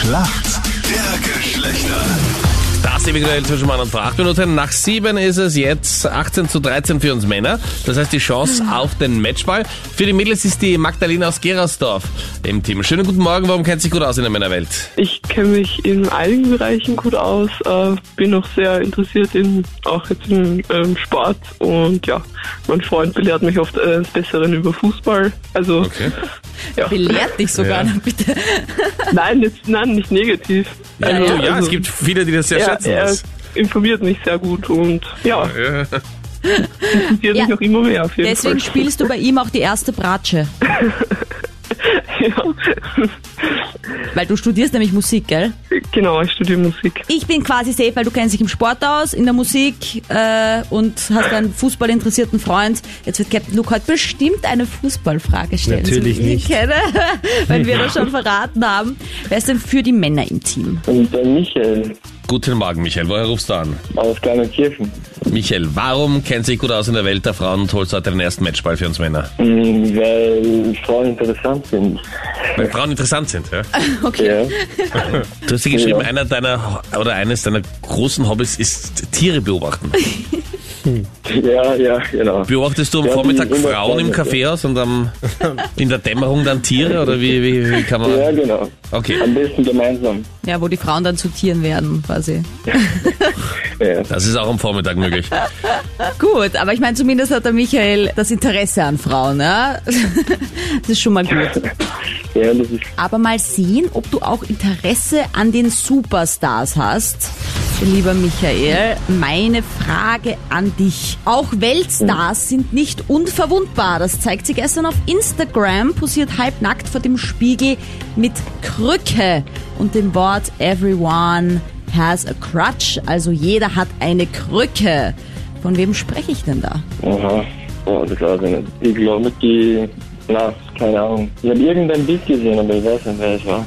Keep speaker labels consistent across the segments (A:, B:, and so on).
A: Schlacht der Geschlechter.
B: Das individuell zwischen Mann und Frau. Acht Minuten nach sieben ist es jetzt 18 zu 13 für uns Männer. Das heißt die Chance auf den Matchball. Für die Mädels ist die Magdalena aus Gerasdorf im Team. Schönen guten Morgen. Warum kennt sich gut aus in der Männerwelt?
C: Ich kenne mich in einigen Bereichen gut aus, äh, bin auch sehr interessiert in auch jetzt in ähm, Sport und ja, mein Freund belehrt mich oft äh, des Besseren über Fußball. Also ja.
D: Belehrt dich sogar,
B: Ja.
D: noch, bitte.
C: nein, jetzt, nein, nicht negativ.
B: Ja,
C: Also,
B: Äh, du, ja,
C: also,
B: es gibt viele, die das sehr
C: er,
B: schätzen.
C: er
B: das.
C: informiert mich sehr gut und
B: Ja.
C: ja, interessiert
D: Ja.
C: mich auch immer mehr auf jeden
D: Deswegen
C: Fall.
D: spielst du bei ihm auch die erste Bratsche.
C: ja.
D: Weil du studierst nämlich Musik, gell?
C: Genau, ich studiere Musik.
D: Ich bin quasi safe, weil du kennst dich im Sport aus, in der Musik äh, und hast einen fußballinteressierten Freund. Jetzt wird Captain Luke heute bestimmt eine Fußballfrage stellen.
E: Natürlich
D: so wie ich ihn
E: nicht.
D: Kenne, weil wir das schon verraten haben. Wer ist denn für die Männer im Team?
F: Und der Michael
B: Guten Morgen, Michael. Woher rufst du an?
F: aus Kleinekirchen.
B: Michael, warum kennt sich gut aus in der Welt der Frauen und holst heute den ersten Matchball für uns Männer?
F: Mhm, Weil Frauen interessant sind.
B: Weil Frauen interessant sind, ja?
D: Okay.
F: Ja.
B: Du hast dir geschrieben,
F: Ja.
B: einer deiner oder eines deiner großen Hobbys ist Tiere beobachten.
F: ja, ja, genau.
B: Beobachtest du am
F: Ja, die
B: Vormittag
F: immer
B: Frauen im
F: vorne,
B: Kaffeehaus und am, in der Dämmerung dann Tiere oder wie, wie, wie kann man.
F: Ja, genau.
B: Okay,
F: Am besten gemeinsam.
D: Ja, wo die Frauen dann zu Tieren werden, quasi.
F: Ja.
B: das ist auch am Vormittag möglich.
D: Gut, aber ich meine, zumindest hat der Michael das Interesse an Frauen, ja? Das ist schon mal gut.
F: ja, das ist
D: Aber mal sehen, ob du auch Interesse an den Superstars hast. Lieber Michael, meine Frage an dich. Auch Weltstars sind nicht unverwundbar. Das zeigt sie gestern auf Instagram, posiert halbnackt vor dem Spiegel mit Krücke und dem Wort Everyone has a crutch. Also jeder hat eine Krücke. Von wem spreche ich denn da?
F: Aha, oh, das weiß ich nicht. Ich glaube, die. Na, keine Ahnung. Ich habe irgendein Bild gesehen, aber ich weiß nicht, wer es war.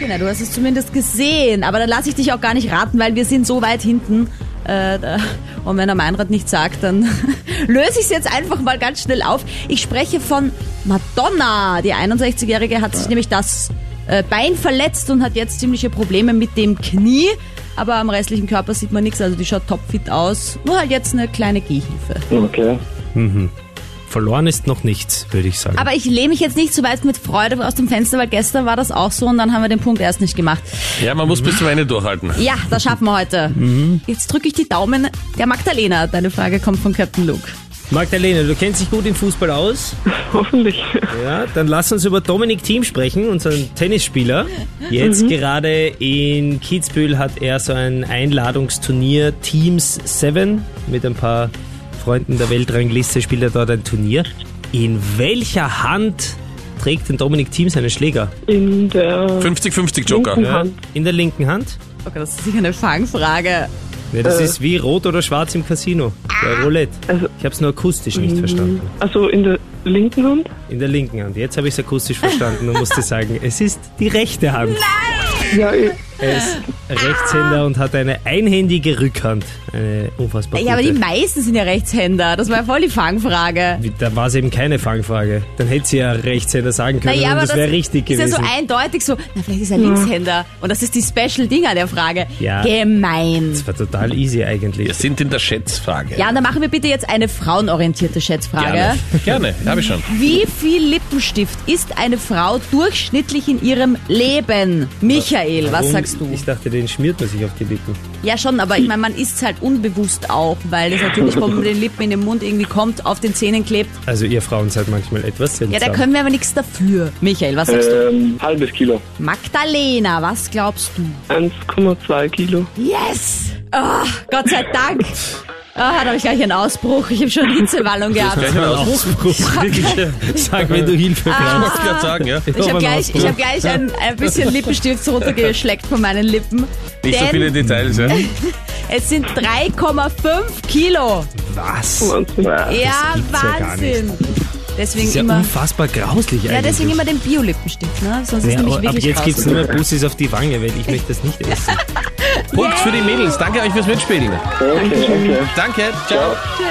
D: Genau, du hast es zumindest gesehen, aber dann lasse ich dich auch gar nicht raten, weil wir sind so weit hinten. Äh, da- und wenn er Meinrad nicht sagt, dann löse ich es jetzt einfach mal ganz schnell auf. Ich spreche von Madonna. Die 61-Jährige hat sich nämlich das äh, Bein verletzt und hat jetzt ziemliche Probleme mit dem Knie. Aber am restlichen Körper sieht man nichts, also die schaut topfit aus. Nur halt jetzt eine kleine Gehhilfe.
F: Okay.
E: Verloren ist noch nichts, würde ich sagen.
D: Aber ich lehne mich jetzt nicht so weit mit Freude aus dem Fenster, weil gestern war das auch so und dann haben wir den Punkt erst nicht gemacht.
B: Ja, man muss bis zum Ende durchhalten.
D: Ja, das schaffen wir heute.
E: Mhm.
D: Jetzt drücke ich die Daumen der Magdalena. Deine Frage kommt von Captain Luke.
E: Magdalena, du kennst dich gut im Fußball aus.
C: Hoffentlich.
E: Ja, dann lass uns über Dominik Thiem sprechen, unseren Tennisspieler.
C: Mhm.
E: Jetzt gerade in Kitzbühel hat er so ein Einladungsturnier Teams 7 mit ein paar Freunden der Weltrangliste spielt er dort ein Turnier. In welcher Hand trägt denn Dominik Thiem seinen Schläger?
C: In der
B: 50-50 Joker.
C: linken Hand.
E: In der linken Hand?
D: Okay, Oh das ist sicher eine Fangfrage.
E: Ja, das ist wie rot oder schwarz im Casino. Bei Roulette.
C: Äh. Also-
E: Ich habe es nur akustisch nicht verstanden.
C: Also in der linken Hand?
E: In der linken Hand. Jetzt habe ich es akustisch verstanden und musste sagen, es ist die rechte Hand.
C: Ja, ich,
E: Er ist Rechtshänder und hat eine einhändige Rückhand. Eine unfassbar
D: Ja, aber die
E: gute.
D: meisten sind ja Rechtshänder. Das war ja voll die Fangfrage.
E: Wie, da war es eben keine Fangfrage. Dann hätte sie ja Rechtshänder sagen können
D: Naja,
E: und
D: aber
E: das wäre richtig
D: ist
E: gewesen.
D: ja so eindeutig so, na vielleicht ist er Linkshänder. Und das ist die Special-Ding an der Frage.
E: Ja.
D: Gemein.
E: das war total easy eigentlich.
B: Wir sind in der Schätzfrage.
D: Ja, und dann machen wir bitte jetzt eine frauenorientierte Schätzfrage.
B: Gerne, gerne, habe ich schon.
D: Wie viel Lippenstift ist eine Frau durchschnittlich in ihrem Leben? Michael, was
E: Warum?
D: sagst du?
E: Ich dachte, den schmiert man sich auf die Lippen.
D: Ja, schon, aber ich meine, man isst halt unbewusst auch, weil es natürlich von den Lippen in den Mund irgendwie kommt, auf den Zähnen klebt.
E: Also ihr Frauen seid manchmal etwas
D: Ja,
E: seltsam.
D: da können wir aber nichts dafür. Michael, was sagst
E: Äh.
F: Ähm, halbes Kilo.
D: du? Magdalena, was glaubst du?
C: 1,2 Kilo.
D: Yes! Oh, Gott sei Dank! Oh, da habe ich gleich einen Ausbruch. Ich habe schon eine Hitzewallung gehabt.
B: Gleich einen Ausbruch.
E: Sag, wenn du Hilfe
B: Ich
E: brauchst.
B: wollte gerade sagen, ja.
D: Ah, Ich habe
E: hab einen
D: gleich, ich
E: Ausbruch.
D: hab gleich ein, ein bisschen Lippenstift runtergeschleckt von meinen Lippen.
B: Nicht so
D: denn
B: viele Details, ja.
D: es sind 3,5 Kilo. Oh,
E: Was?
D: Ja,
E: gibt's ja gar
D: Wahnsinn. Deswegen
E: Ist ja
D: immer.
E: unfassbar grauslich
D: Ja,
E: eigentlich.
D: deswegen immer den Bio-Lippenstift, ne? Sonst ist
E: Ja,
D: nämlich
E: aber ab
D: wirklich
E: jetzt
D: raus.
E: gibt es nur mehr Bussis auf die Wange, weil ich möchte das nicht essen.
B: Punkt für die Mädels. Danke euch fürs Mitspielen.
F: Okay, okay.
B: Danke, ciao.